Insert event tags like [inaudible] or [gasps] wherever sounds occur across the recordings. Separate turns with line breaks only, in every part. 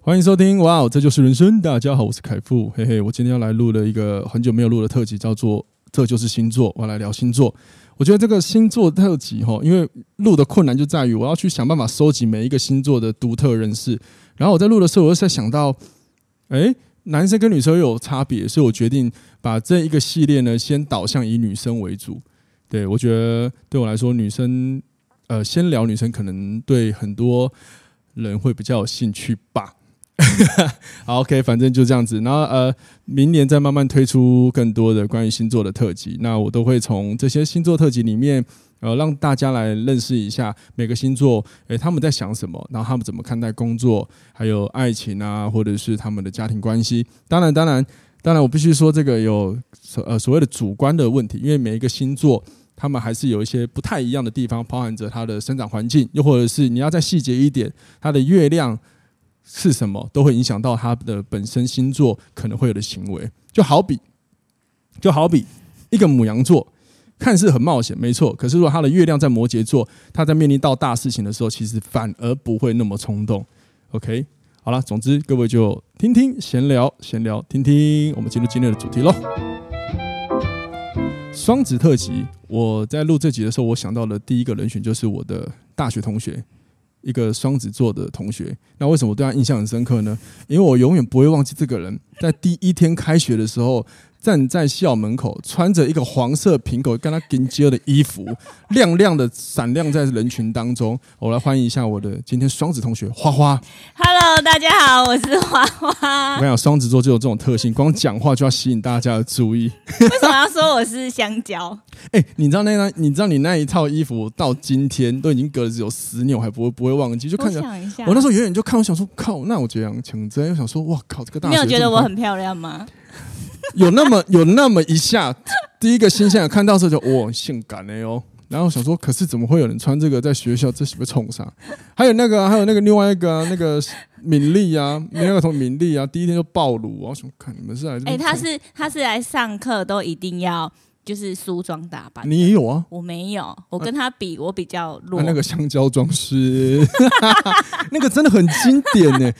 欢迎收听，哇哦，这就是人生。大家好，我是凯富，嘿嘿，我今天要来录了一个很久没有录的特辑，叫做《这就是星座》，我要来聊星座。我觉得这个星座特辑哈，因为录的困难就在于我要去想办法收集每一个星座的独特人士。然后我在录的时候，我又在想到，诶，男生跟女生又有差别，所以我决定把这一个系列呢，先导向以女生为主。对我觉得对我来说，女生呃，先聊女生可能对很多人会比较有兴趣吧。好，OK，反正就这样子。然后呃，明年再慢慢推出更多的关于星座的特辑。那我都会从这些星座特辑里面，呃，让大家来认识一下每个星座，诶、他们在想什么，然后他们怎么看待工作，还有爱情啊，或者是他们的家庭关系。当然，当然，当然，我必须说这个有所呃所谓的主观的问题，因为每一个星座。他们还是有一些不太一样的地方，包含着它的生长环境，又或者是你要再细节一点，它的月亮是什么，都会影响到他的本身星座可能会有的行为。就好比，就好比一个母羊座，看似很冒险，没错。可是如果他的月亮在摩羯座，他在面临到大事情的时候，其实反而不会那么冲动。OK，好了，总之各位就听听闲聊，闲聊听听。我们进入今天的主题喽。双子特辑，我在录这集的时候，我想到的第一个人选就是我的大学同学，一个双子座的同学。那为什么我对他印象很深刻呢？因为我永远不会忘记这个人。在第一天开学的时候，站在校门口，穿着一个黄色苹果跟他紧接的衣服，亮亮的闪亮在人群当中。我来欢迎一下我的今天双子同学花花。
Hello，大家好，我是花
我
花。
跟你讲，双子座就有这种特性，光讲话就要吸引大家的注意。
为什么要说我是香蕉？
哎、你知道那张，你知道你那一套衣服到今天都已经隔了只有十年，我还不会不会忘记，就看
我
起来。
想一下，
我那时候远远就看，我想说靠，那我觉得强真，我想说哇靠，这个大
你
学
有觉
这
得
么
我
棒
很漂亮吗？
有那么有那么一下，第一个新鲜的看到的时候就哇性感了哟。然后想说，可是怎么会有人穿这个在学校？这是不是冲啥？还有那个啊、 [laughs] 还有那个另外一个啊、那个敏丽啊，那个同敏丽啊，第一天就暴露，我想看你们是来这
哎、
边
他
冲
是他是来上课都一定要就是梳妆打扮，
你也有啊，
我没有，我跟他比，我比较弱。
啊、那个香蕉装饰， [laughs] 那个真的很经典呢。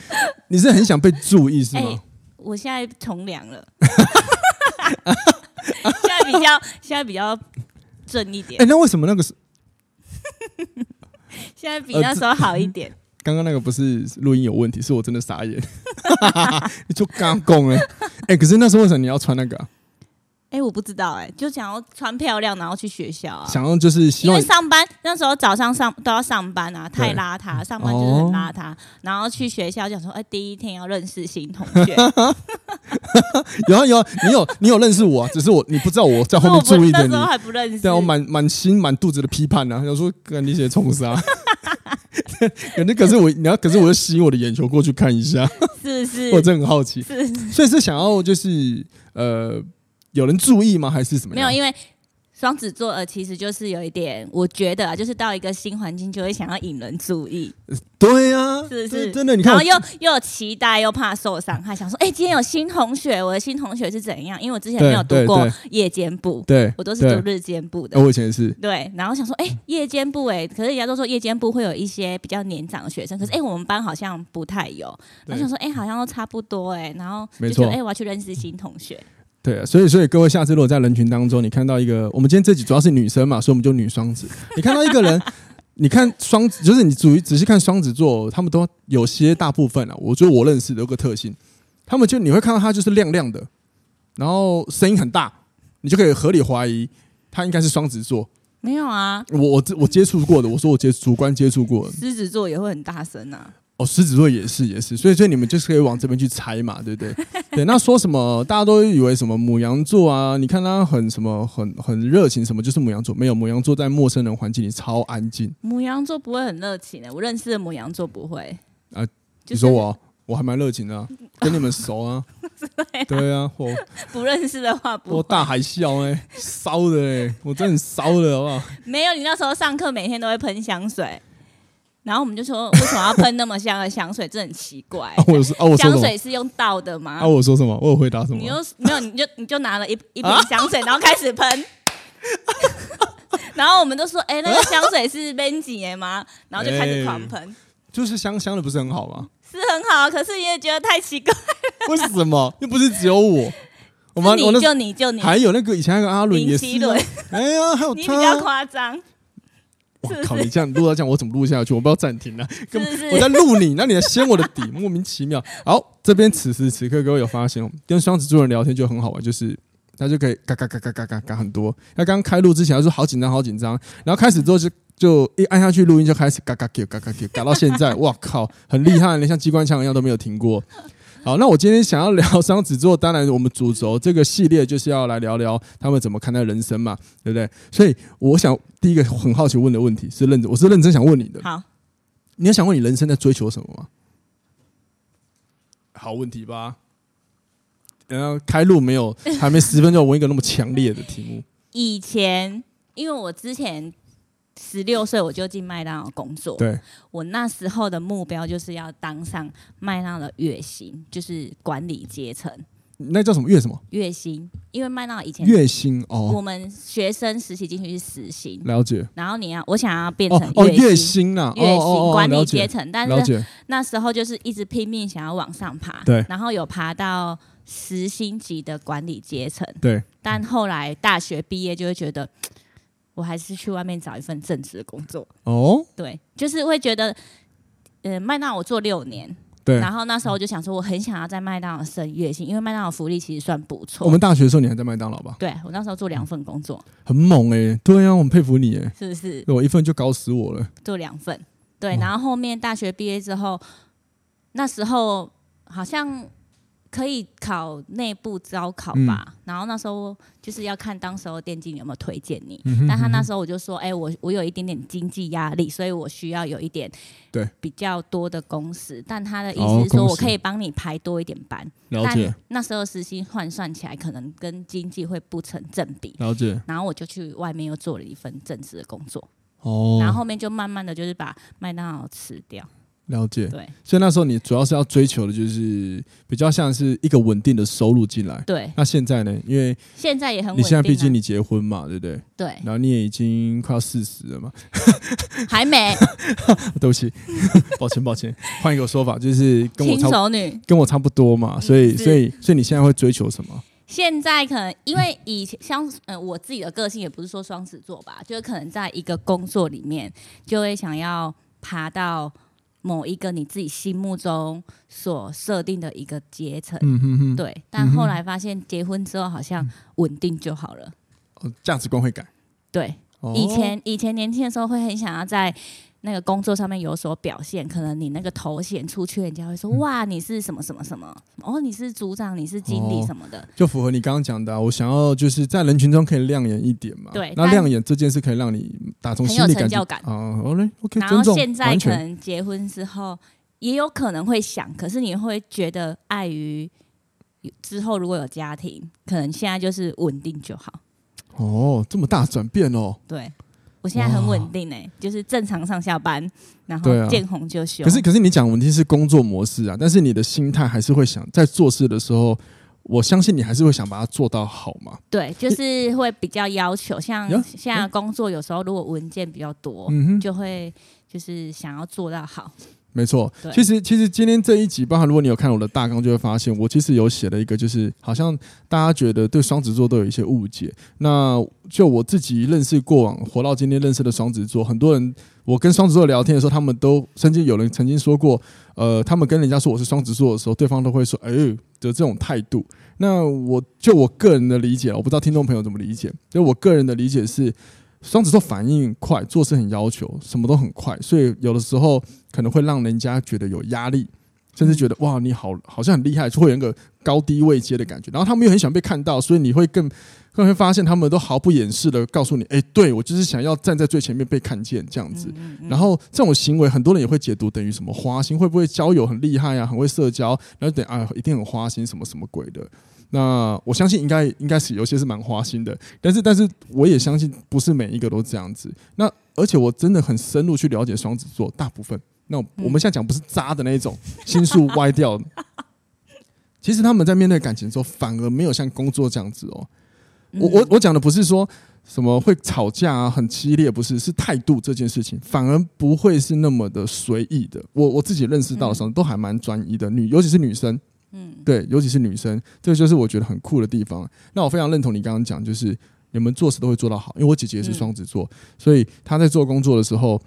你是很想被注意是
哎、
吗？
我现在从良了， [laughs] 现在比较现在比较正一
哎、
点，
那为什么那个是
现在比
呃
那时候好一点。
刚刚那个不是录音有问题？是我真的傻眼， [laughs] 你就刚讲哎哎，可是那时候为什么你要穿那个啊、
哎、我不知道哎、就想要穿漂亮，然后去学校啊。
想要就是希
因
望
为上班那时候早上上都要上班啊，太邋
嗯
遢，上班就是很邋
哦
遢。然后去学校讲说，哎、第一天要认识新同
[laughs]
学，
有啊有啊，你有你有认识我、啊，只是我你不知道我在后
那我
面
不
注意着
那
你
时。候还不认识。
对啊，我满满心满肚子的批判啊，想说跟你写冲杀，可是可是我你要可是我又吸引我的眼球过去看一下，
是是
我真的很好奇。
是是
所以是想要就是呃，有人注意吗？还是什么
没
样？
有，因为双子座呃，其实就是有一点，我觉得啊，就是到一个新环境就会想要引人注意，
对呀、啊，对
是是
真的。你看
然后
我，
又又有期待，又怕受伤害，想说，哎、今天有新同学，我的新同学是怎样？因为我之前没有
对对
读过
对
夜间部，
对
我都是
对
读日间部的
呃。我以前也是，
对，然后想说，哎、夜间部哎、可是人家都说夜间部会有一些比较年长的学生，可是哎、我们班好像不太有。
嗯对
然后想说，哎、好像都差不多哎、然后
没
就觉得，
错
哎、我要去认识新同学。
对啊。所以，所以各位下次如果在人群当中，你看到一个，我们今天这集主要是女生嘛，所以我们就女双子。你看到一个人， [laughs] 你看双子，就是你仔细仔细看双子座，他们都有些大部分啊，我觉得我认识的有个特性，他们就你会看到他就是亮亮的，然后声音很大，你就可以合理怀疑他应该是双子座。
没有啊，
我我我接触过的，我说我接主观接触过的，
狮子座也会很大声啊。
哦，狮子座也是也是，所以所以你们就是可以往这边去猜嘛，对不
[laughs]
对？对，那说什么大家都以为什么母羊座啊？你看他很什么很很热情，什么就是母羊座，没有母羊座在陌生人环境里超安静。
母羊座不会很热情欸的、我认识的母羊座不会。
啊你
就是 [laughs]
说我哦，我还蛮热情的、啊，跟你们熟啊，
之类的，
对啊，我
[laughs] 不认识的话不
我大海啸哎、烧的哎、我真的很烧的好不好？
没有，你那时候上课每天都会喷香水，然后我们就说为什么要喷那么香的香水，这很奇
[laughs]
怪。
啊，我有说啊，我说
哎香
什么？
水是用倒的吗？
啊，我说什么？我有回答什么
你？又没有，你就你就拿了一一瓶香
啊
水，然后开始喷。 [laughs] 然后我们都说，哎、那个香水是 Benji 的吗？然后就开始
哎
狂喷，
就是香香的，不是很好吗？
是很好，可是也觉得太奇怪。
为什么？又不是只有
[laughs]
我，我们我
你
那
就你就你，
还有那个以前那个阿伦也
林
是
奇
啊
伦，，
哎呀，还有
你比
他
较
啊。
夸张，
哇
是不
靠！
是
你这样录到这样，我怎么录下去？我不要暂停
[laughs]
了、
是
根
不
本
是？
我在录你，那你还掀我的底，莫名其妙。好，这边此时此刻各位有发现哦，跟双子座人聊天就很好玩，就是他就可以嘎嘎嘎嘎嘎嘎嘎很多。他刚开录之前他说好紧张好紧张，然后开始之后就就一按下去录音就开始嘎嘎嘎嘎嘎嘎嘎到现在，哇靠，很厉害，连像机关枪一样都没有停过。好，那我今天想要聊 [laughs] 双子座，当然我们主轴这个系列就是要来聊聊他们怎么看待人生嘛，对不对？所以我想第一个很好奇问的问题是认真，我是认真想问你的，
好，
你有想过你人生在追求什么吗？好问题吧。然后开录没有，还没十分钟，我问一个那么强烈的题目。
以前因为我之前十六岁我就进麦当劳工作，
对，
我那时候的目标就是要当上麦当劳的月薪，就是管理阶层
那叫什么月什么
月薪，因为麦当劳以前
月薪哦？
我们学生实习进去是实薪，
了解
然后你要我想要变成
哦哦，月
月
薪呐，哦
月薪
哦哦，
管
了
理阶
解
层，但
了
是
解，
那时候就是一直拼命想要往上爬，
对
然后有爬到十星级的管理阶层，
对，
但后来大学毕业就会觉得，嘖我还是去外面找一份正职的工作，
哦
对，就是会觉得，呃，麦当劳我做六年，
对。
然后那时候我就想说，我很想要在麦当劳升月薪，因为麦当劳福利其实算不错。
我们大学的时候你还在麦当劳吧？
对我那时候做两份工作，
很猛哎，对啊，我很佩服你哎，
是不是
我一份就搞死我了。
做两份？对，
哇
然后后面大学毕业之后，那时候好像可以考内部招考吧，
嗯
然后那时候就是要看当时候电竞有没有推荐你。
嗯哼
但他那
嗯
时候我就说，哎、我我有一点点经济压力，所以我需要有一点
对
比较多的工时。但他的意
哦
思是说，
工
我
时
可以帮你排多一点班，
哼了
但
解
那时候时薪换算起来，可能跟经济会不成正比。
了解
然后我就去外面又做了一份正职的工作，
哦，
然后后面就慢慢的就是把麦当劳吃掉。
了解。
对
所以那时候你主要是要追求的就是比较像是一个稳定的收入进来。
对，
那现在呢？因为
现在也很
你
稳定、啊。
现在毕竟你结婚嘛，对不对？
对
然后你也已经快要四十了嘛。啊
还没
对不起， [laughs] 抱歉抱歉，换一个说法，就是 [laughs] 跟我
轻
差不
熟女，
跟我差不多嘛。所以
是
所以所以你现在会追求什么？
现在可能因为以前像呃我自己的个性也不是说双子座吧，就是可能在一个工作里面就会想要爬到某一个你自己心目中所设定的一个阶层。
嗯哼嗯哼，
对，但后来发现结婚之后好像稳定就好了。
哦价值观会改。
对，
哦
以前以前年轻的时候会很想要在那个工作上面有所表现，可能你那个头衔出去，人家会
嗯
说哇你是什么什么什么，哦你是组长，你是经理
哦
什么的。
就符合你刚刚讲的啊、我想要就是在人群中可以亮眼一点嘛。
对
那
但
亮眼这件事可以让你打从
很
心
有
里
成
感
就
觉
感
哦，好嘞，OK，
然
尊
后
重，
现在
完
可
全
能结婚之后也有可能会想，可是你会觉得碍于之后如果有家庭，可能现在就是稳定就好。
哦，这么大转变哦。
对我现在很
哇
稳定哎、就是正常上下班，然
对啊
后见红就休。
可是可是你讲稳定是工作模式啊，但是你的心态还是会想在做事的时候，我相信你还是会想把它做到好嘛。
对，就是会比较要求，像
呀
现在工作有时候如果文件比较多，
哎嗯哼，
就会就是想要做到好。
没错。
对
其实其实今天这一集，包含如果你有看我的大纲，就会发现我其实有写了一个，就是好像大家觉得对双子座都有一些误解。那就我自己认识过往活到今天认识的双子座，很多人我跟双子座聊天的时候，他们都甚至有人曾经说过，呃，他们跟人家说我是双子座的时候，对方都会说，哎、的这种态度。那我就我个人的理解，我不知道听众朋友怎么理解，就我个人的理解是。双子座反应快，做事很要求，什么都很快，所以有的时候可能会让人家觉得有压力。甚至觉得哇，你好好像很厉害，就会有一个高低位阶的感觉。然后他们又很想被看到，所以你会更更会发现他们都毫不掩饰的告诉你，哎、对我就是想要站在最前面被看见这样子。然后这种行为，很多人也会解读等于什么花心，会不会交友很厉害啊，很会社交，然后等啊一定很花心什么什么鬼的。那我相信应该应该是有些是蛮花心的，但是但是我也相信不是每一个都这样子。那而且我真的很深入去了解双子座，大部分那种我们现在讲不是渣的那一种， [laughs] 心术歪掉的。其实他们在面对感情的时候，反而没有像工作这样子哦。我我我讲的不是说什么会吵架啊，很激烈，不是，是态度这件事情，反而不会是那么的随意的。我我自己认识到的时候，都还蛮专一的，女尤其是女生，嗯，对，尤其是女生，这就是我觉得很酷的地方。那我非常认同你刚刚讲，就是你们做事都会做到好，因为我姐姐也是双子座，所以她在做工作的时候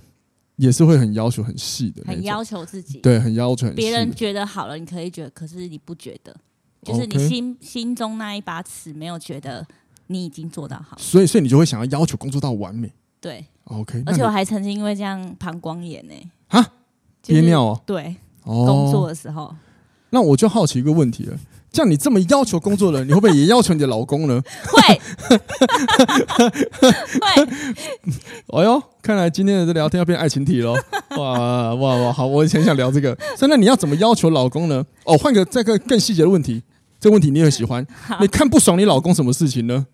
也是会很要求很细的那
很
种，
要求自己，
对，很要求很细的。
别人觉得好了，你可以觉得，可是你不觉得，就是你
OK
心心中那一把尺没有觉得你已经做到好，
所以所以你就会想要要求工作到完美。哦
对。
OK，那
而且
你
我还曾经因为这样膀胱炎呢、
啊
就
憋
是
尿哦，
对，
哦，
工作的时候，
那我就好奇一个问题了，像你这么要求工作的人，你会不会也要求你的老公
[laughs]
呢？
会会，
哎呦，看来今天的这聊天要变爱情题喽！ [laughs] 哇哇哇，好，我以前想聊这个，所以那你要怎么要求老公呢？哦，换个再个更细节的问题，这个问题你也喜
[laughs]
欢，你看不爽你老公什么事情呢？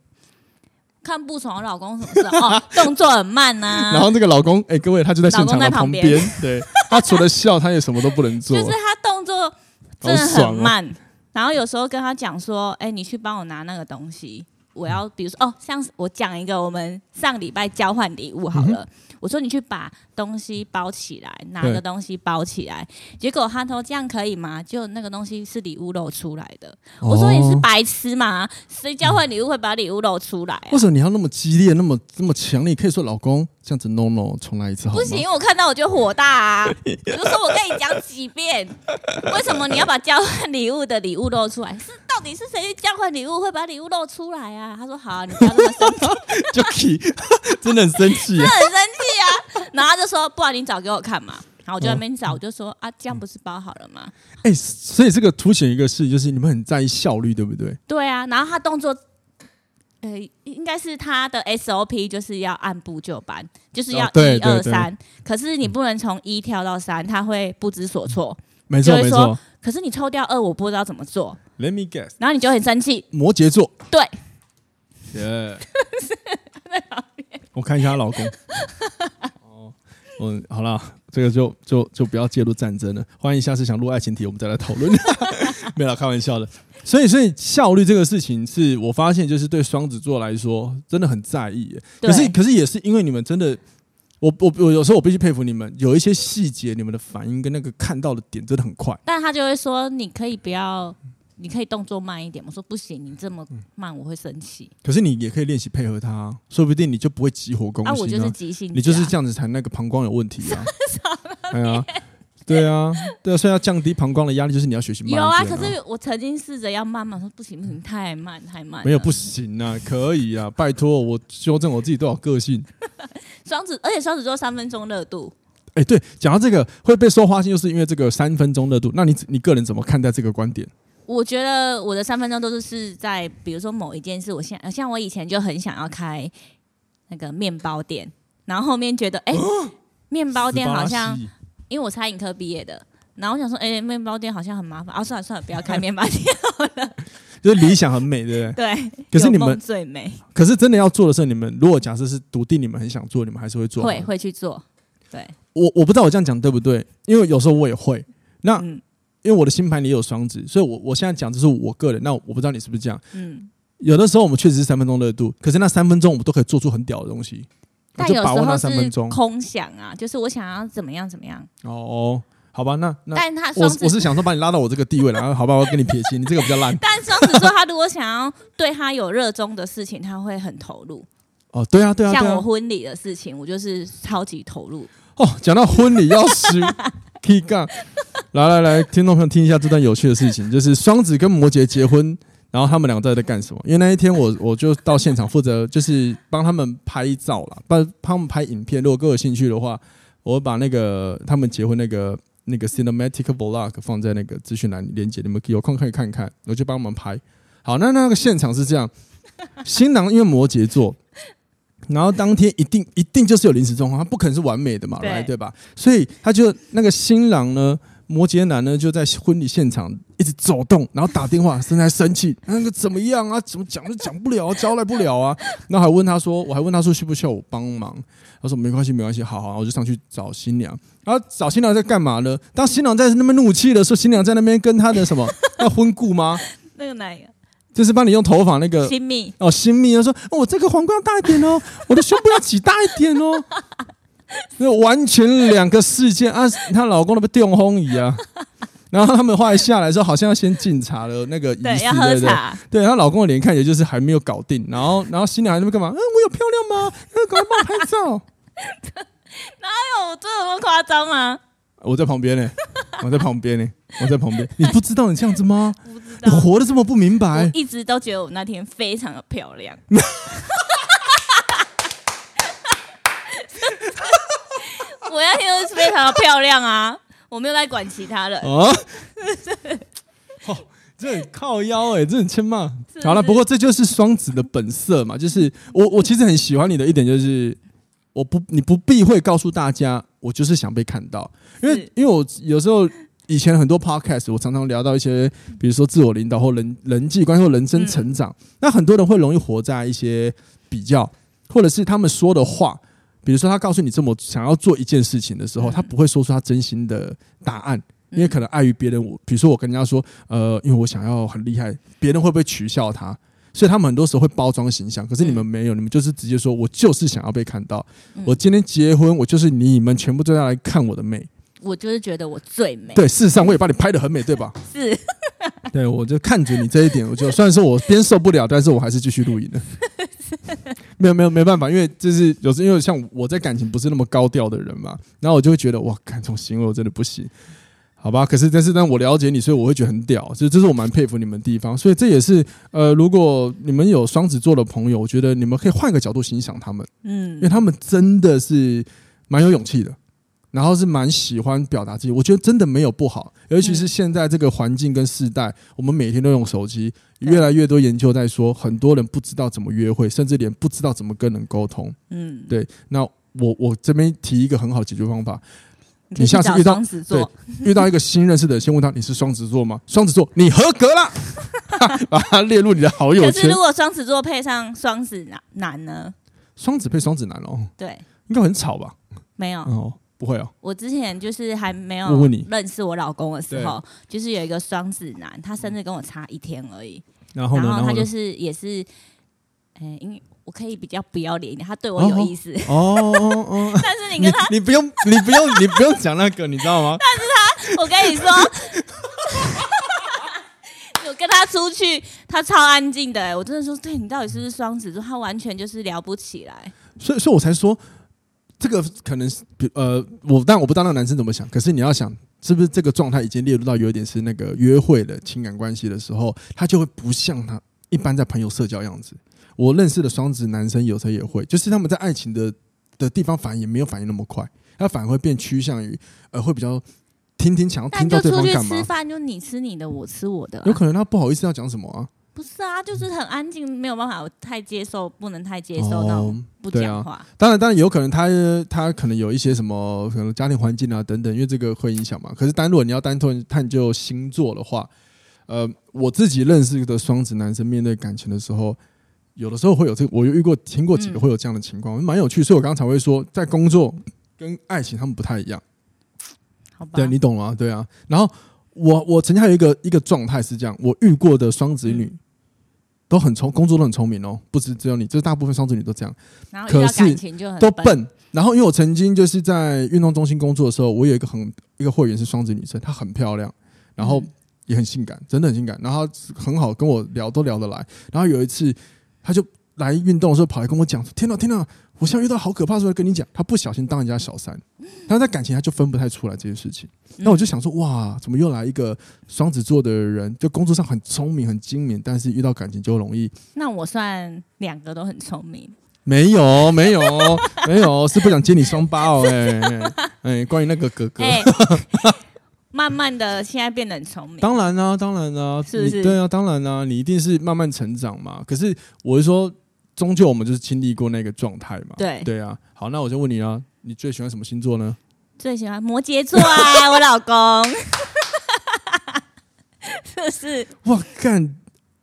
看不爽我老公什么事哦，动作很慢啊呐、
然后那个老公，哎、各位他就在现场
嗯老公在
的
旁
边，对他除了笑，他也什么都不能做，
[laughs] 就是他动作真的
好
很
爽啊！
慢。然后有时候跟他讲说，哎、你去帮我拿那个东西，我要比如说哦，像是我讲一个我们上礼拜交换礼物
嗯
好了，我说你去把东西包起来，拿
对
个东西包起来，结果他说这样可以吗？就那个东西是礼物露出来的，我说你是
哦
白痴吗？谁交换礼物会把礼物露出来、啊
为？什么你要那么激烈，那么那么强烈？可以说老公这样子 no no，重来一次好吗？[laughs]
不行，我看到我就火大啊！我就说我跟你讲几遍，为什么你要把交换礼物的礼物露出来？是到底是谁去交换礼物会把礼物露出来啊？他说好啊、你不要那么生气，
j o c k [laughs] 真的很生气、
[laughs]
啊。
很生气啊！然后他就说，不然你找给我看嘛。然后我就在那边找，我就说啊，这样不是包好了吗？
哎、所以这个凸显一个事，就是你们很在意效率，对不对？
对啊，然后他动作。呃，应该是他的 SOP 就是要按部就班，就是要
哦对
一
对
二
对
三。可是你不能从一跳到三，他会不知所措。
没错，
就
没
是说
错。
可是你抽掉二，我不知道怎么做，
Let me guess，
然后你就很生气。
摩羯座。
对， [laughs]
耶、我看一下她老公。哦，嗯，好啦，这个就就就不要介入战争了。欢迎下次想录爱情题，我们再来讨
[laughs]
论。没有啦，开玩笑的。所以，所以效率这个事情，是我发现就是对双子座来说真的很在意耶。
对
可是，可是也是因为你们真的，我我我有时候我必须佩服你们，有一些细节，你们的反应跟那个看到的点真的很快。
但他就会说：“你可以不要，你可以动作慢一点。”我说：“不行，你这么慢我会生气。
可是你也可以练习配合他啊、说不定你就不会急火攻心、
啊，
啊。
我就是急性子啊、
你就是这样子才那个膀胱有问题
[laughs]
啊！哎呀，对啊，对啊，所以要降低膀胱的压力，就是你要学习慢一
有
点、
啊，可是我曾经试着要慢慢说：“不行，不行，太慢，太慢。”
没有不行啊，可以啊，拜托我修正我自己多少个性。
双子，而且双子座三分钟热度，
哎，对，讲到这个会被说花心，就是因为这个三分钟热度。那你你个人怎么看待这个观点？
我觉得我的三分钟都是是在比如说某一件事，我现像我以前就很想要开那个面包店，然后后面觉得
[gasps]
哎，面包店好像
斯巴西
因为我餐饮科毕业的，然后我想说，哎、面包店好像很麻烦啊，算了算了，不要
[laughs]
开面包店。
就是理想很美，对不对？
对，
[laughs] 可是你
有梦
们，
最美，
可是真的要做的时候，你们如果假设是笃定你们很想做，你们还是会做吗。
会会去做，对，
我我不知道我这样讲对不对，因为有时候我也会。那、
嗯
因为我的星盘里有双子，所以我我现在讲这是我个人，那我不知道你是不是这样。
嗯。
有的时候我们确实是三分钟热度，可是那三分钟我们都可以做出很屌的东西，我
但
就
有
把
时
握那
候
三分
是
钟。
空想啊，就是我想要怎么样怎么样，
哦，好吧，那那
但他
我
双子
我，是想说把你拉到我这个地位了，然后好吧，我跟你撇清，你这个比较烂。
但双子座他如果想要对他有热衷的事情，他会很投入。
哦，对 [laughs] 啊，对啊，对
像我
啊。
婚礼的事情，我就是超级投入。
哦，讲到婚礼要死 k 杠。 [laughs] 来来来，听众朋友听一下这段有趣的事情，就是双子跟摩羯结婚，然后他们两个在在干什么？因为那一天我我就到现场负责，就是帮他们拍照啦，帮帮他们拍影片。如果各位有兴趣的话，我把那个他们结婚那个那个 cinematic vlog 放在那个资讯栏连接，你们有空可以看看，我就帮我们拍。好，那那个现场是这样，新郎因为摩羯座，然后当天一定一定就是有临时状况，他不可能是完美的嘛，
对
来对吧？所以他就那个新郎呢，摩羯男呢就在婚礼现场一直走动，然后打电话，甚至还生气，那个怎么样啊？怎么讲都讲不了、啊，交代不了啊。然后还问他说，我还问他说需不需要我帮忙？他说没关系，没关系，好好，我就上去找新娘。然后找新娘在干嘛呢？当新郎在那边怒气的时候，新娘在那边跟他的什
[laughs]
么那婚顾吗？
那个哪一个？
就是帮你用头发那个
新密
哦，新密就说：“哦，我这个皇冠要大一点哦，我的胸部要挤大一点哦。”那完全两个事件啊！她老公都被电轰一样。然后他们后来下来之后，好像要先敬茶了，那个仪式，
对，
对
要喝
不对？
茶，
对，她老公的脸看起来就是还没有搞定。然后，然后新娘还在那边干嘛？嗯，我有漂亮吗？嗯，赶快帮我拍照。
哎呦，我真的有那么夸张啊吗？
我在旁边
[laughs]
呢，我在旁边呢，我在旁边。你不知道你这样子吗？
不 [laughs] 知
你
道，
活得这么不明白
我。一直都觉得我那天非常的
[laughs]
漂亮。我那天就是非常的漂亮啊，我没有在管其他人。
啊！哦，这很靠腰哎、这很欠骂。
是
好了，
是
不过这就是双子的本色嘛，就是我我其实很喜欢你的一点就是，我不你不避讳告诉大家，我就是想被看到，因为
是
因为我有时候。以前很多 podcast，我常常聊到一些，比如说自我领导或人人际关系或人生成长。
嗯
那很多人会容易活在一些比较，或者是他们说的话，比如说他告诉你这么想要做一件事情的时候，
嗯
他不会说出他真心的答案，因为
嗯
可能碍于别人。我比如说我跟人家说，呃，因为我想要很厉害，别人会不会取笑他？所以他们很多时候会包装形象，可是你们
嗯
没有，你们就是直接说，我就是想要被看到。
嗯
我今天结婚，我就是你们全部都要来看我的美。
我就是觉得我最美，
对，事实上我也把你拍的很美，对吧？
是
对，我就看准你这一点，我就虽然说我边受不了，但是我还是继续录影的。没有没有没办法，因为就是有时因为像我在感情不是那么高调的人嘛，然后我就会觉得哇，看这种行为我真的不行，好吧？可是但是但我了解你，所以我会觉得很屌，就这是我蛮佩服你们的地方。所以这也是呃，如果你们有双子座的朋友，我觉得你们可以换个角度欣赏他们，因为
嗯，
他们真的是蛮有勇气的，然后是蛮喜欢表达自己。我觉得真的没有不好，尤其是现在这个环境跟世代，我们每天都用手机，
对
越来越多研究在说，很多人不知道怎么约会，甚至连不知道怎么跟人沟通。
嗯，
对，那我我这边提一个很好解决方法，
可以
你下次
去找
遇到
双子座，
遇到一个新认识的人，先问他你是双子座吗？双子座，你合格啦， [laughs] 把他列入你的好友
可是
圈
如。果双子座配上双子男男呢？
双子配双子男哦，
对，
应该很吵吧？
没有，
哦，不会哦，
我之前就是还没
我
有
问你
认识我老公的时候，就是有一个双子男，他生日跟我差一天而已，
然后呢，然
他
后
就
呢？
是也是，哎、因为我可以比较不要脸一点，他对我
哦
有意思，
哦哦哦，
但是你
你
跟他，
你不用你不用你不用讲那个，你知道吗？
[laughs] 我跟你说。我跟他出去，他超安静的、哎我真的说，对你到底是不是双子座？他完全就是聊不起来。
所以所以我才说这个可能是比呃，我但我不知道那个男生怎么想，可是你要想。是不是这个状态已经列入到有点是那个约会的情感关系的时候，他就会不像他一般在朋友社交样子。我认识的双子男生有时候也会，就是他们在爱情的的地方反而也没有反应那么快，他反而会变趋向于呃会比较听听想要
但
听
就
到对
出
方
去
干
吃
嘛，
饭，就你吃你的，我吃我的啊、
有可能他不好意思要讲什么啊，
不是啊，就是很安静，没有办法，我太接受，不能太接受那种
哦
不
对
讲
啊
话。
当然，当然有可能他他可能有一些什么可能家庭环境啊等等，因为这个会影响嘛。可是单如果你要单纯探究星座的话，呃，我自己认识的双子男生面对感情的时候，有的时候会有这个，我有遇过听过几个
嗯
会有这样的情况，蛮有趣。所以我刚才会说，在工作跟爱情他们不太一样。
好吧，
对你懂吗？对啊。然后我我曾经还有一个一个状态是这样，我遇过的双子女。都很聪，工作都很聪明哦，不止只有你，就是大部分双子女都这样。
然后遇
可
到
是
感情就很
都。笨。然后因为我曾经就是在运动中心工作的时候，我有一个很一个会员是双子女生，她很漂亮，然后
嗯
也很性感，真的很性感，然后她很好跟我聊，都聊得来。然后有一次，她就来运动的时候跑来跟我讲说：“天哪，天哪，我现在遇到好可怕的事，我要跟你讲。”她不小心当人家小三，
嗯
她在感情她就分不太出来这些事情。那我就想说，哇，怎么又来一个双子座的人？就工作上很聪明、很精明，但是遇到感情就容易
那我算两个都很聪明，
没有，没有，没有，是不想揭你伤疤哦，哎、哎、哎关于那个哥哥，
哎、慢慢的现在变得很聪明。
当然啊，当然啊，
是不
你
是
对啊，当然啊，你一定是慢慢成长嘛。可是我是说，终究我们就是经历过那个状态嘛。
对
对啊。好，那我就问你啦，你最喜欢什么星座呢？
最喜欢摩羯座
[laughs]
啊，我老公，是不是？
哇，干，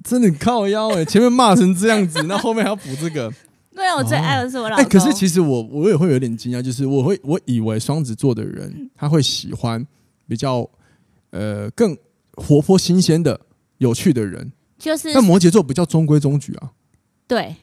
真的靠腰哎、前面骂成这样子，那后面还要补这个。
对，啊我最爱的是我老
哎、
公。
可是其实我我也会有点惊讶，就是我会我以为双子座的
嗯
人他会喜欢比较呃更活泼、新鲜的、有趣的人，
就是
但摩羯座比较中规中矩啊。
对，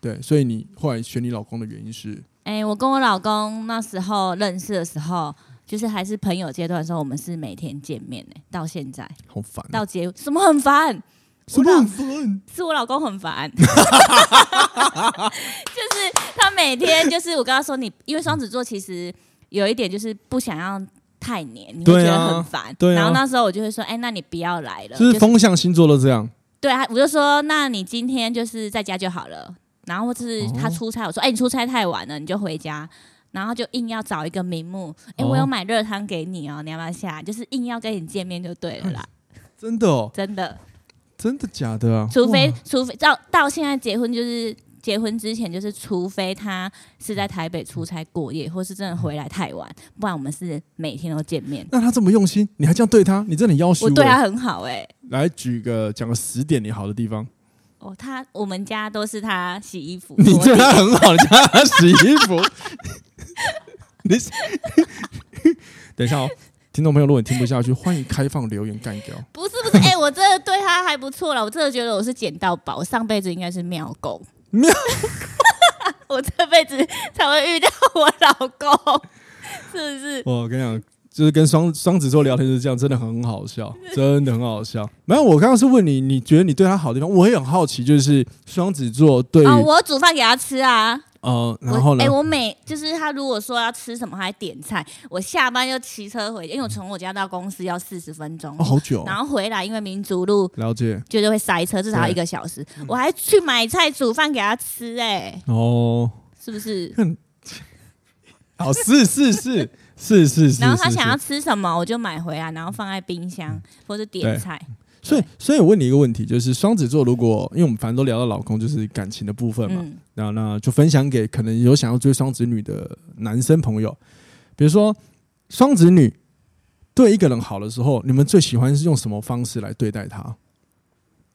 对，所以你后来选你老公的原因是，
哎、我跟我老公那时候认识的时候，就是还是朋友阶段的时候，我们是每天见面呢、到现在
好烦、啊，
到结什么很烦，
什么很烦？
是我老公很烦， [laughs] 就是他每天就是我跟他说你，因为双子座其实有一点就是不想要太黏，你会觉
对啊
得很烦。
对啊
然后那时候我就会说，哎、那你不要来了，
就是
就是
风象星座都这样，
对啊，我就说那你今天就是在家就好了。然后或者是
哦
他出差，我说哎、你出差太晚了，你就回家。然后就硬要找一个名目，哎、
哦
我有买热汤给你哦，你要不要下来？就是硬要跟你见面就对
[laughs]
了啦，
真的哦，
真的。
真的假的啊？
除非
哇
除非到到现在结婚就是。结婚之前就是，除非他是在台北出差过夜，或是真的回来太晚，不然我们是每天都见面。
那他这么用心，你还这样对他，你真的很要虚
我
伪。
对他很好哎、
来举个讲个十点你好的地方，
哦，他我们家都是他洗衣服，
你
我
对他很好，你叫他洗衣 [laughs] 服。你等一下哦，听众朋友，如果你听不下去，欢迎开放留言干掉。
不是不是，哎、我真的对他还不错了，我真的觉得我是捡到宝，我上辈子应该是妙狗，
妙
[laughs] 我这辈子才会遇到我老公，是不是？
哦我跟你讲，就是跟双双子座聊天就是这样，真的很好 [laughs] 笑，真的很好笑。没有，我刚刚是问你，你觉得你对他好的地方，我也很好奇，就是双子座对于
哦，我煮饭给他吃啊，
呃，
我
然后呢？
哎、我每就是他如果说要吃什么，他还点菜，我下班就骑车回，因为我从我家到公司要四十分钟，
哦，好久哦、
然后回来因为民族路
了解
就是会塞车，至少要一个小时，
嗯
我还去买菜煮饭给他吃、哎，
哦。
是不是？
好，是是是是是 [laughs] 是。嗯
然后他想要
是，
吃什么，我就买回来，然后放在冰箱或者点菜。
是所以所以我问你一个问题，就是双子座，如果因为我们反正都聊到老公，就是感情的部分嘛，
嗯，
然后呢，就分享给可能有想要追双子女的男生朋友，比如说双子女对一个人好的时候，你们最喜欢是用什么方式来对待他？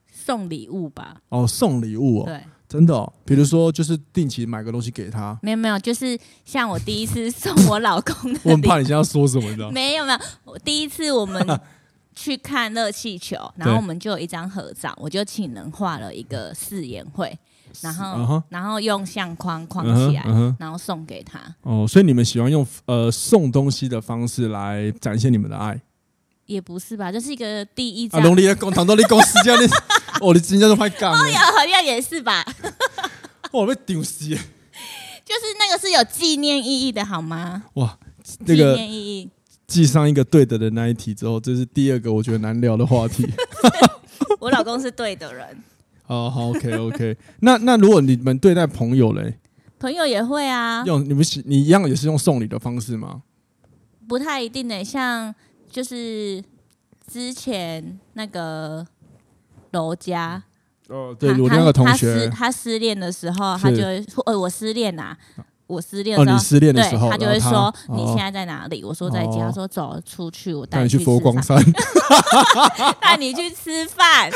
送礼物吧。
哦，送礼物哦，
对，
真的哦，比如说就是定期买个东西给他，
没有没有，就是像我第一次 [laughs] 送我老公的
我
[laughs]
很
礼
怕你现在要说什么，你知道
物，
吗？
没有没有，我第一次
[laughs]
我们去看热气球，然后我们就有一张合照，我就请人画了一个誓言会，然
嗯
后
哼
然后用相框框
嗯哼
起来
嗯，哼
然后送给他，
哦，所以你们喜欢用呃送东西的方式来展现你们的爱
[laughs] 也不是吧，就是一个第一
啊！
张，
龙力在讲，唐到你讲时间，你哦，你真正都快讲了，
[laughs]
哦
好像也是吧，
哇我被丢死了！
就是那个是有纪念意义的好吗？
哇，
纪
那个
念意义。
记上一个对的的那一题之后，这是第二个我觉得难聊的话
[laughs]
题。
我老公是对
[laughs]
的人，
哦，好，OK OK 那。那如果你们对待朋友嘞，
朋友也会啊，
用你们喜你一样也是用送礼的方式吗？
不太一定呢、像就是之前那个楼家，
哦，对，
他
我那个同
他他失
学，
他失恋的时候，
是啊
他就会说：“呃，我失恋啦、我失恋
哦，
的时
你
候。
失恋的时
对
候，
他就
然
会
后
说：“你现
哦
在在哪里？”我说：“在家。
哦
他说：“走出去，我
带
带
你去
吃
佛光 [laughs]
饭
山，
[laughs] 带你去吃饭。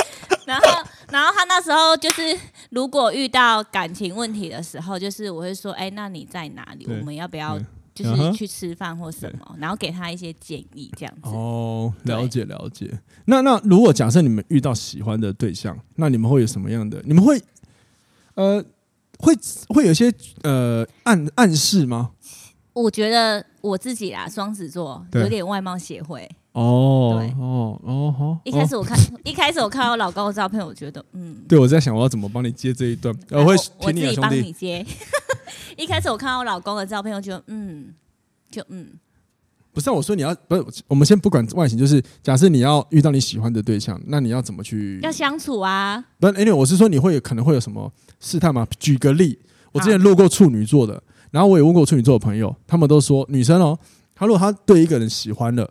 然后，然后他那时候就是，如果遇到感情问题的时候，就是我会说，哎、那你在哪里？
对
我们要不要
对
就
嗯
是
哼
去吃饭或什么？然后给他一些建议，这样子。
哦，
对
了解了解。那那如果假设你们遇到喜欢的对象，那你们会有什么样的？你们会呃会会有一些呃暗暗示吗？
我觉得我自己啦，双子座
对
有点外貌协会。
哦
对
哦哦哦，
一开
哦
始
[laughs]
我看，一开始我看到我老公的照片，我觉得，嗯，
对我在想我要怎么帮你接这一段，
来
我会
哎我
听你的
自
啊
己
兄
帮
弟
你接。 [laughs] 一开始我看到我老公的照片，我觉得，嗯，就嗯，
不是啊、我说你要不是，我们先不管外形，就是假设你要遇到你喜欢的对象，那你要怎么去？
要相处啊，
不是，anyway，我是说你会有可能会有什么试探吗？举个例，我之前路过处女座的，然后我也问过处女座的朋友，他们都说女生哦，她如果她对一个人喜欢了，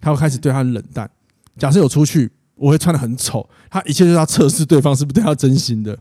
他会开始对他冷淡。假设有出去，我会穿的很丑，他一切就是要测试对方是不是对他真心的，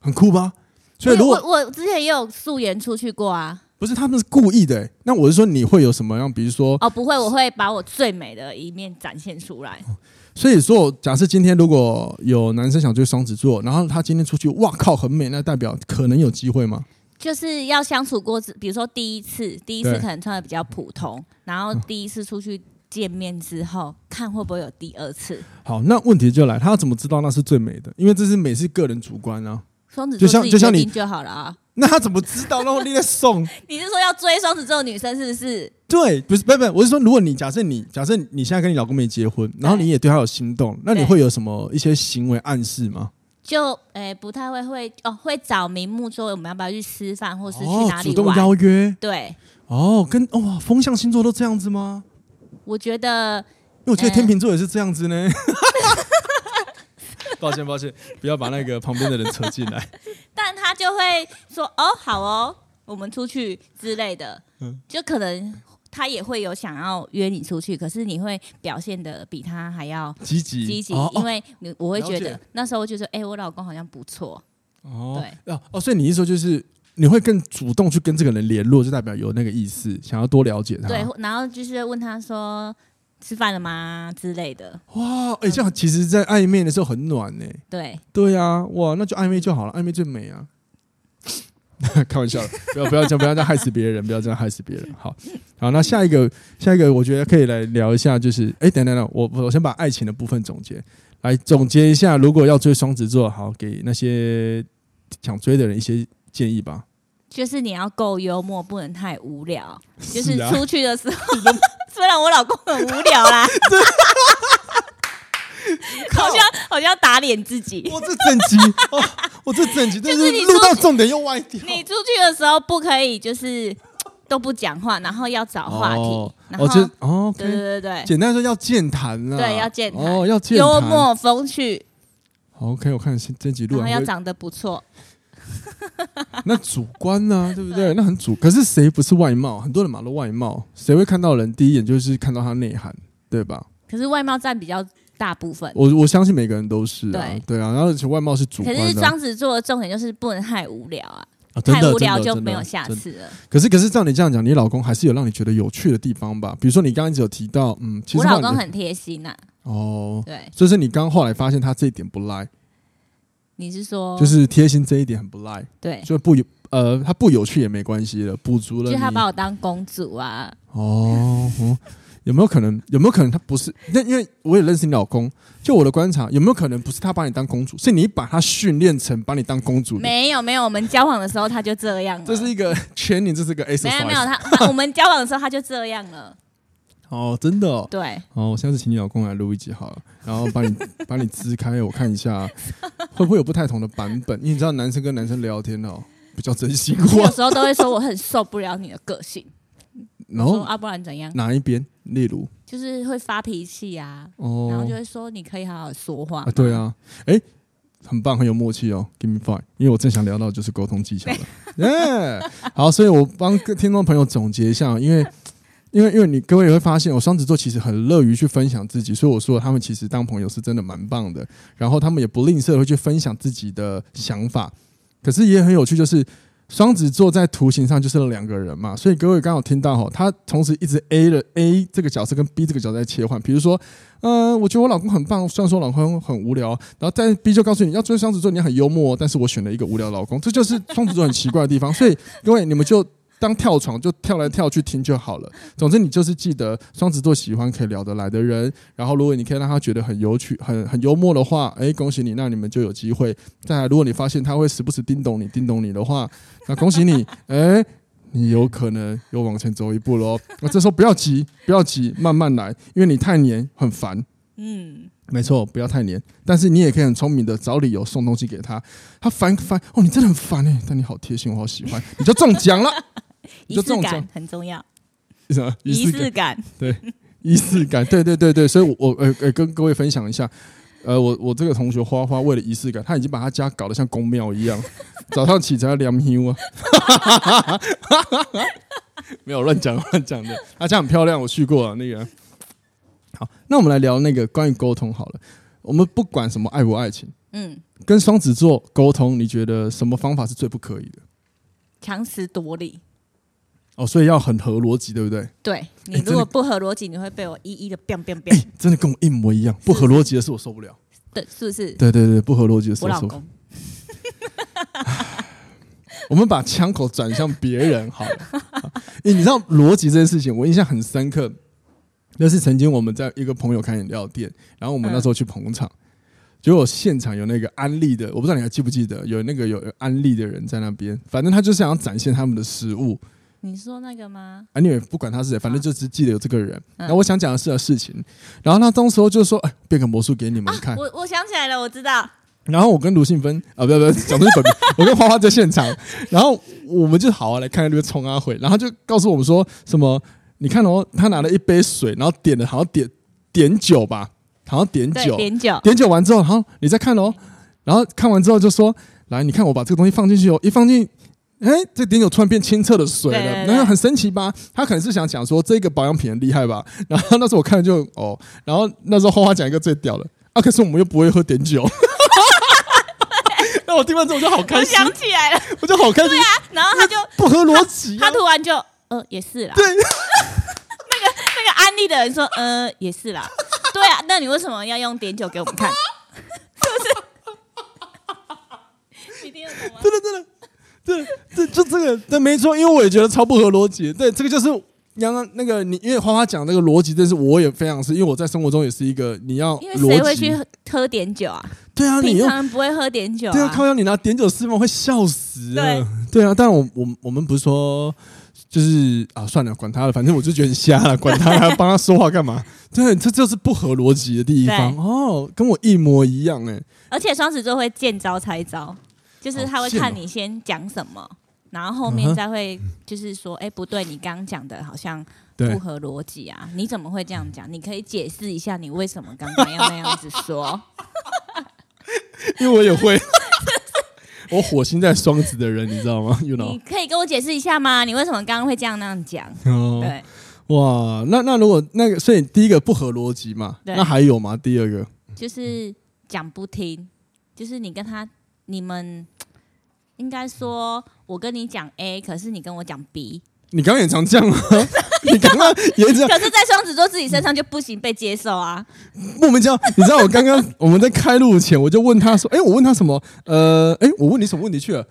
很酷吧？所以如果
我我我之前也有素颜出去过啊，
不是他们是故意的、欸，那我是说你会有什么样？比如说，
哦，不会，我会把我最美的一面展现出来。
哦所以说，假设今天如果有男生想追双子座，然后他今天出去，哇靠，很美，那代表可能有机会吗？
就是要相处过之，比如说第一次，第一次
对嗯
可能穿的比较普通，然后第一次出去见面之后，看会不会有第二次。
好，那问题就来，他要怎么知道那是最美的？因为这是美是个人主观啊。
双子
就
座
像
自己
就像
决
你
定就好了啊！
那他怎么知道？然后你在
[laughs]
送？
你是说要追双子座的女生是不是？
对，不是，不是，不是我是说，如果你假设你假设你现在跟你老公没结婚，然后你也对他有心动，那你
对
会有什么一些行为暗示吗？
就诶、不太会会哦，会找名目说我们要不要去吃饭，或是去
哦，
哪
主
里
动
玩。
邀约
对，
哦，跟哇、风象星座都这样子吗？
我觉得
因为我记得
嗯
天秤座也是这样子呢。
[laughs]
抱歉，抱歉，不要把那个旁边的人扯进来。
但他就会说哦，好哦，我们出去之类的，
嗯
就可能他也会有想要约你出去，可是你会表现的比他还要
积极，
积极，
哦
因为你我会
了
觉得
解
那时候我就说，哎、我老公好像不错，
哦，对，哦，所以你意思说就是你会更主动去跟这个人联络，就代表有那个意思，想要多了解他。
对，然后就是会问他说吃饭了吗之类的，
哇，哎、这样其实，在暧昧的时候很暖呢、
对，
对啊，哇，那就暧昧就好了，暧昧最美啊。 [laughs] 开玩笑的，不要不要这样，不要这样害死别人，不要这样害死别人。好，好，那下一个下一个，我觉得可以来聊一下，就是哎、等等等，我我先把爱情的部分总结，来总结一下，如果要追双子座，好，给那些想追的人一些建议吧。
就是你要够幽默，不能太无聊，就是
啊
出去的时候，虽然我老公很无聊啦。好像好像打脸自己，
[laughs] 我这整集，哦，我这整集真
[laughs] 就是是你
录到
出
重点又歪掉。
你出去的时候不可以就是都不讲话，然后要找话题，
哦，
然后、
哦，就哦，OK，
对对对对
简单说要健谈啊，
对要健谈
哦，要
对，
健谈
幽。默风趣，
好 OK，我看这这啊集录
然后
完
要
会，
长得不错，
那主观
[laughs]
呢、对不对？那很主，可是谁不是外貌？很多人嘛都外貌，谁会看到人第一眼就是看到他内涵，对吧？
可是外貌占比较大部分。
我我相信每个人都是啊
嗯对，
对啊。然后其实外貌是主
可
观
是
的啊，
双子座的重点就是不能太无聊啊，
啊真
太
的
无聊
真的
就
真
没
的
有下
真的
次了。
可是可是照你这样讲，你老公还是有让你觉得有趣的地方吧？比如说你刚刚一直有提到，嗯，其实
我
后
老
来
公
你
很贴心呐、
哦，
对，
就是你刚后来发现他这一点不赖，
你是说
就是贴心这一点很不赖，
对，
就不有呃，他不有趣也没关系了，补足了
就
你。
他把我当公主啊，
哦、嗯有没有可能？有没有可能他不是？那因为我也认识你老公，就我的观察，有没有可能不是他把你当公主，是你把他训练成把你当公主的？
没有没有，我们交往的时候他就这样了，
这是一个 training，这是一个 exercise。
没有没有他他 [laughs] 我们交往的时候他就这样
[laughs]
了，
哦，真的哦。 [laughs]
对，
哦，我下次请你老公来录一集好了，然后把你把你支开，我看一
[laughs]
下会不会有不太同的版本，因为你知道男生跟男生聊天哦，比较真心
有 [laughs]
话。
时候都会说我很受不了你的个性。
然
说
后
啊，不然怎样？
哪一边？例如
就是会发脾气啊，
哦，
然后就会说你可以好好说话
啊，。对啊，哎、很棒，很有默契哦，Give me five，因为我正想聊到就是沟通技巧了，耶、好，所以我帮各听众朋友总结一下，因为。因为，因为你各位也会发现，我双子座其实很乐于去分享自己，所以我说他们其实当朋友是真的蛮棒的。然后他们也不吝啬会去分享自己的想法，可是也很有趣，就是双子座在图形上就是两个人嘛，所以各位刚好听到哈，他同时一直 A 了 A 这个角色跟 B 这个角色在切换，比如说嗯，我觉得我老公很棒，虽然说我老公很无聊，然后但 B 就告诉你要追双子座，你很幽默，但是我选了一个无聊老公，这就是双子座很奇怪的地方。所以各位，你们就当跳床就跳来跳去听就好了。总之，你就是记得双子座喜欢可以聊得来的人，然后如果你可以让他觉得很有趣、很很幽默的话，哎，恭喜你，那你们就有机会。再来，如果你发现他会时不时叮咚你、叮咚你的话，那恭喜你，哎。你有可能又往前走一步 [laughs] 喽。那这时候不要急，不要急，慢慢来，因为你太黏很烦。
嗯，
没错，不要太黏，但是你也可以很聪明的找理由送东西给他。他烦烦哦，你真的很烦哎、但你好贴心，我好喜欢，你就中奖了。 [laughs] 你
仪
就这
式
种
感
讲
很重要，
什么
仪式感。
仪式感，对对对对，所以我我呃呃跟各位分享一下，呃，我我这个同学花花为了仪式感，他已经把他家搞得像公庙一样，早上起床要量胸啊， [laughs] 没有乱讲乱讲的，他家很漂亮，我去过啊，那个好，那我们来聊那个关于沟通好了。我们不管什么爱不爱情，
嗯，
跟双子座沟通，你觉得什么方法是最不可以的？
强词夺理。
哦，所以要很合逻辑，对不对？哎
对你
真的
如果不合逻辑，你会被我一一的 biang
[laughs]
biang biang。
哎真的跟我一模一样，不合逻辑的事我受不了。
对，是不是？
对对对，不合逻辑的事
我
我
老
受不了。
公，
我们把枪口转向别人好了。 [laughs] 因为你知道逻辑这件事情，我印象很深刻。那是曾经我们在一个朋友开饮料店，然后我们那时候去捧场，结果现场有那个安利的，我不知道你还记不记得，有那个有有安利的人在那边，反正他就是想要展现他们的食物，
你说那个吗？
啊，你也不管他是谁，反正就只记得有这个人。然
嗯
后我想讲的是的事情，然后他当时候就说：“哎，变个魔术给你们看。
我我想起来了，我知道。
然后我跟卢信芬啊，不要不要，讲的是本名，我跟花花在现场，然后我们就好啊，来看看这个冲阿慧，然后就告诉我们说什么？你看哦，他拿了一杯水，然后点了好像点点酒吧，好像点
对，
酒，
点酒，
点酒完之后，然后你再看哦，然后看完之后就说：“来，你看我把这个东西放进去哦，一放进。”哎，这点酒突然变清澈的水
对
了，
对对
然后很神奇吧？他可能是想讲说这个保养品很厉害吧。然后那时候我看了就哦，然后那时候花花讲一个最屌的啊，可是我们又不会喝点
[laughs]
酒。那我听完之后我就好
我
开心，
想起来了。 [laughs]
我就好开心，
然后他就
不合逻辑、啊
他。突然就呃也是啦，
对，
那个安利的人说呃也是
[laughs]
啦，对啊，那你为什么要用点酒给我们看？是不是？你听得懂吗？
真的真的，对，这就这个，对，没错，因为我也觉得超不合逻辑。对，这个就是刚刚那个你，因为花花讲那个逻辑，但是我也非常是，因为我在生活中也是一个你要
因为谁
逻
会去
辑，
喝喝点酒啊？
对啊，你
平
用
常人不会喝点酒
对啊，
啊。
靠腰你拿碘酒释放会笑死啊，对啊，但我我我们不是说。就是啊，算了，管他了，反正我就觉得很瞎了， [laughs] 管他了，帮他说话干嘛？对，这就是不合逻辑的地方
对
哦，跟我一模一样哎、
而且双子座会见招拆招，就是他
好
会
贱
看
哦
你先讲什么，然后后
嗯
面
哼
再会就是说，哎、不对，你刚刚讲的好像
对
不，合逻辑啊！你怎么会这样讲？你可以解释一下你为什么刚刚要那样子说？
因为我也会， [laughs] 我火星在双子的人，你知道吗？You know，
你可以跟我解释一下吗？你为什么刚刚会这样那样讲？
[laughs] 哦，
对，
哇，那那如果那个，所以第一个不合逻辑嘛，
对
那还有吗？第二个，
就是讲不听，就是你跟他，你们应该说，我跟你讲 A，可是你跟我讲 B，
你刚刚也常这样啊， [laughs] 你刚刚也这样，
可是，在双子座自己身上就不行被接受啊。
莫名其妙。你知道我刚刚我们在开录前，我就问他说：“哎、我问他什么？呃，哎、我问你什么问题去了？”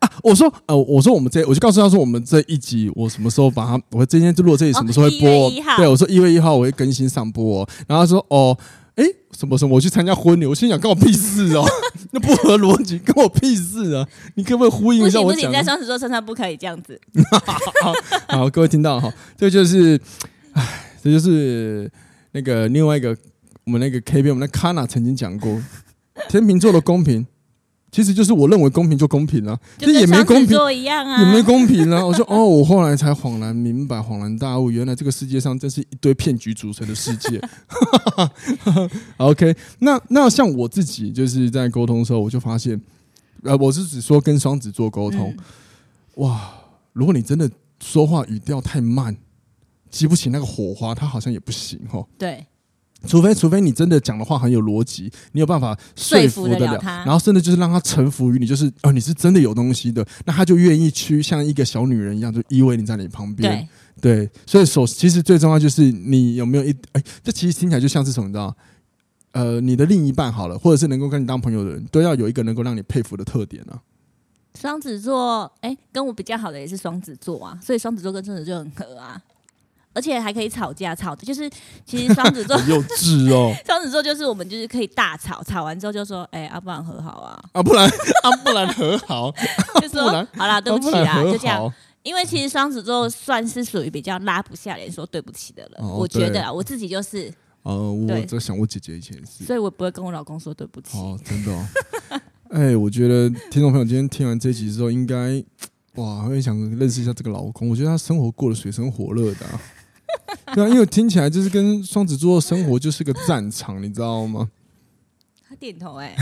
啊，我说，呃，我说我们这，我就告诉他说，我们这一集我什么时候把它，我今天就录这一集
哦
什么时候会播哦？
1月1号
对，我说一月一号我会更新上播、哦。然后他说，哦，哎、什么什么，我去参加婚礼，我心想，关我屁事哦， [laughs] 那不合逻辑，关我屁事啊！你可不可以呼应
不
一下
行
我
不
讲
行，
的
在？双子座身上不可以这样子。
[laughs] 好，各位听到哈，这就是，唉，这就是那个另外一个我们那个 K B 我们的 Kana 曾经讲过，天秤座的公平，其实就是我认为公平就公平了、
就
这也
跟
没
双
公
子
平。
座一样啊，
也没公平啊！我说哦，我后来才恍然明白，恍然大悟，原来这个世界上真是一堆骗局组成的世界。OK，那那像我自己就是在沟通的时候，我就发现，呃，我是只说跟双子座沟通，
嗯
哇，如果你真的说话语调太慢，激不起那个火花，它好像也不行哦。
对，
除非除非你真的讲的话很有逻辑，你有办法说服得
说服得
了
了他
然后甚至就是让他臣服于你，就是哦你是真的有东西的，那他就愿意去像一个小女人一样，就依偎你在你旁边
对。，
对，所以首其实最重要就是你有没有一哎，这其实听起来就像是什么，你知道？呃，你的另一半好了，或者是能够跟你当朋友的人，都要有一个能够让你佩服的特点
[laughs]
啊。，
双子座，哎、跟我比较好的也是双子座啊，所以双子座跟双子座很合啊，而且还可以吵架，吵的就是其实双子座
幼稚哦，
双子座就是我们就是可以大吵，吵完之后就说，哎、要、不然和好啊，
[laughs] 啊，不然啊，不然和好，不
就说
然
好啦，对
啊
不
不
起
然
啦，
和
就这样。
好。
因为其实双子座算是属于比较拉不下脸说对不起的人，
哦
我觉
对
得啊，我自己就是，
呃，我
对
在想我姐姐以前也是。
所以我不会跟我老公说对不起。
哦，真的、哦。哎、我觉得听众朋友今天听完这集之后，应该哇，会想认识一下这个老公。我觉得他生活过得水深火热的、啊，对啊，因为听起来就是跟双子座生活就是个战场，你知道吗？
点头哎、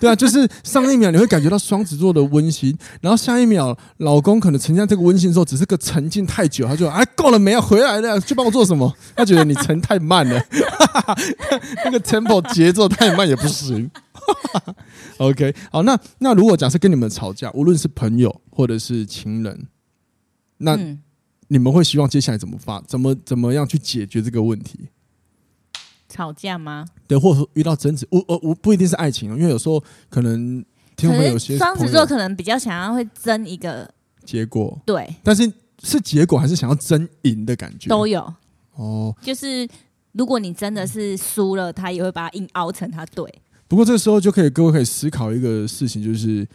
对啊，就是上一秒你会感觉到双子座的温馨，然后下一秒老公可能沉浸在这个温馨的时候，只是个沉浸太久，他就哎够了没有回来了，去帮我做什么？他觉得你沉太慢了， [laughs] 那个 tempo 节奏太慢也不行。OK，好，那那如果假设跟你们吵架，无论是朋友或者是情人，那
嗯，
你们会希望接下来怎么发，怎么怎么样去解决这个问题？
吵架吗？
对，或者说遇到争执，我我我不一定是爱情哦，因为有时候可能听
可
众朋友有
是
些
双子
朋
座
友
可能比较想要会争一个
结果，
对，
但是是结果还是想要争赢的感觉。
都有。
哦，
就是如果你真的是输了，他也会把它硬凹成他对。
不过这时候就可以各位可以思考一个事情，就是。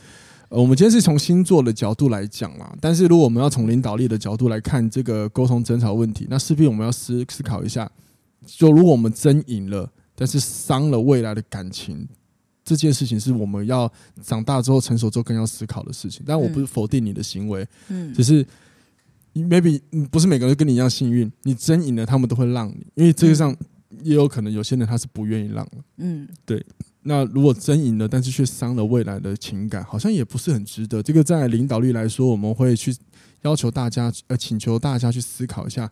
呃，我们今天是从星座的角度来讲啦，但是如果我们要从领导力的角度来看这个沟通争吵问题，那势必我们要思思考一下，就如果我们争赢了，但是伤了未来的感情，这件事情是我们要长大之后、成熟之后更要思考的事情。但我不是否定你的行为，
嗯
只是你 maybe 嗯不是每个人都跟你一样幸运，你真赢了，他们都会让你，因为这个上也有可能有些人他是不愿意让的。
嗯，
那如果真赢了，但是却伤了未来的情感，好像也不是很值得。这个在领导力来说，我们会去要求大家，呃，请求大家去思考一下，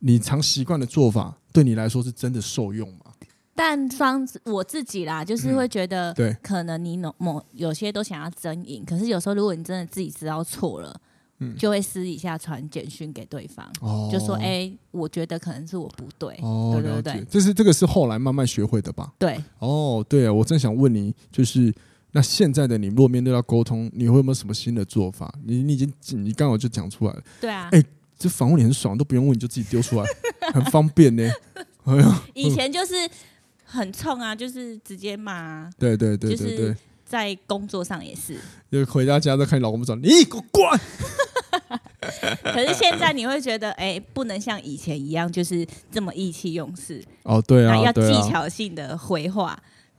你常习惯的做法对你来说是真的受用吗？
但双子我自己啦，
嗯
就是会觉得，
对，
可能你某某有些都想要争赢，可是有时候如果你真的自己知道错了，
嗯
就会私底下传简讯给对方，
哦，
就说，哎、我觉得可能是我不对，
哦，
对对
了
对
解，这是这个是后来慢慢学会的吧？
对，
哦，对啊，我正想问你，就是那现在的你，如果面对到沟通，你会有没有什么新的做法？你你已经你刚好就讲出来了，
对啊，
哎这访问你很爽，都不用问，你就自己丢出来， [laughs] 很方便呢。哎呀，
以前就是很冲啊，就是直接骂啊、
对对对
就
对
是
对，
在工作上也是，
就回到家再看你老公不爽，你给我滚！
可是现在你会觉得，哎、不能像以前一样，就是这么意气用事，
哦，对
然后
啊，
要
对
技
啊，
巧性的回话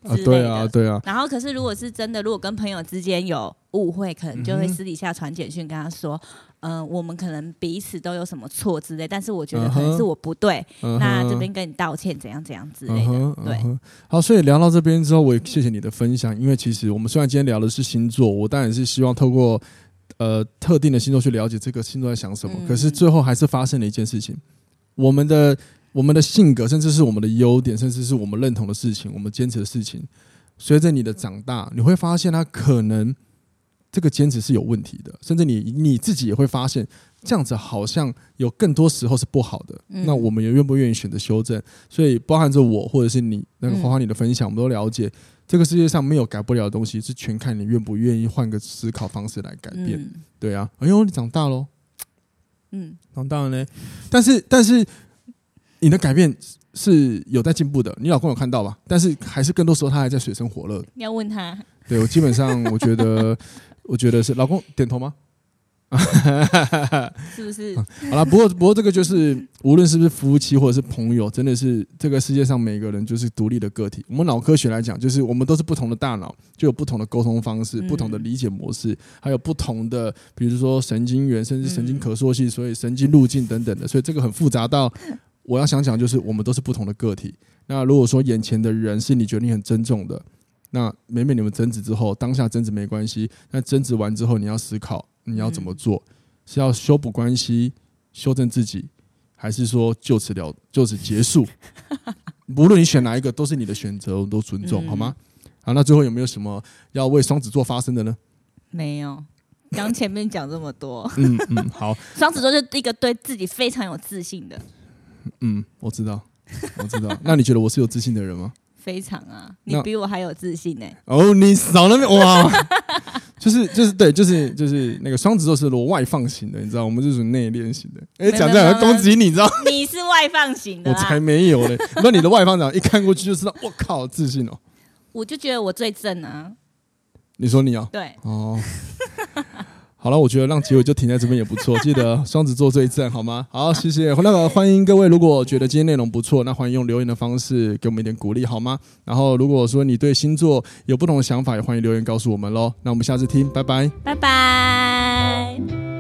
啊
之类
对
的。
啊，对啊，
然后，可是如果是真的，如果跟朋友之间有误会，可能就
嗯
会私底下传简讯跟他说，嗯、我们可能彼此都有什么错之类，但是我觉得可
嗯
能
哼
是我不对
嗯
那这
哼
边跟你道歉，怎样怎样之类
嗯
的。
哼，
对
嗯哼好，所以聊到这边之后，我也谢谢你的分享，因为其实我们虽然今天聊的是星座，我当然是希望透过呃特定的星座去了解这个星座在想什么，
嗯
可是最后还是发生了一件事情，我们的我们的性格，甚至是我们的优点，甚至是我们认同的事情，我们坚持的事情，随着你的长大，你会发现它可能这个坚持是有问题的，甚至你你自己也会发现。这样子好像有更多时候是不好的，
嗯
那我们也愿不愿意选择修正？所以包含着我或者是你，那个花花你的分享，我们都了解。这个世界上没有改不了的东西，是全看你愿不愿意换个思考方式来改变。
嗯
对啊，哎呦，你长大喽，
嗯，
长大了呢。但是，但是你的改变是有在进步的，你老公有看到吧？但是还是更多时候他还在水深火热。
要问他，
对我基本上，我觉得， [laughs] 我觉得是老公点头吗？ [laughs]
是不是？
好了，不过不过这个就是，无论是不是夫妻或者是朋友，真的是这个世界上每个人就是独立的个体。我们脑科学来讲，就是我们都是不同的大脑，就有不同的沟通方式、
嗯
不同的理解模式，还有不同的，比如说神经元，甚至神经可塑性，所以神经路径等等的。所以这个很复杂到，我要想讲就是我们都是不同的个体。那如果说眼前的人是你觉得你很尊重的，那每每你们争执之后，当下争执没关系，那争执完之后，你要思考你要
嗯
怎么做，是要修补关系、修正自己，还是说就此了就此结束？ [laughs] 无论你选哪一个，都是你的选择，我都尊重，
嗯
好吗？好，那最后有没有什么要为双子座发声的呢？ [laughs]
没有。刚前面讲这么多，
嗯嗯，好，
双子座就是一个对自己非常有自信的，
嗯，我知道，我知道。那你觉得我是有自信的人吗？ [laughs]
非常啊，
那
你比我还有自信欸呢、
哦，你少那边哇， [laughs] 就是就是对，就是就是那个双子座是我外放型的，你知道，我们这种内敛型的。哎、
没有
讲这样
没
要
有
攻击你，你知道？
你是外放型的啊
我
啦，
才没有嘞！那你的外放长一看过去就知道，我靠，自信哦！
我就觉得我最正啊，
你说你啊、
对，
哦， [laughs] 好了，我觉得让结尾就停在这边也不错。记得双子座最正，好吗？好，谢谢。那个欢迎各位，如果觉得今天内容不错，那欢迎用留言的方式给我们一点鼓励，好吗？然后如果说你对星座有不同的想法，也欢迎留言告诉我们喽。那我们下次听，拜拜。
拜拜。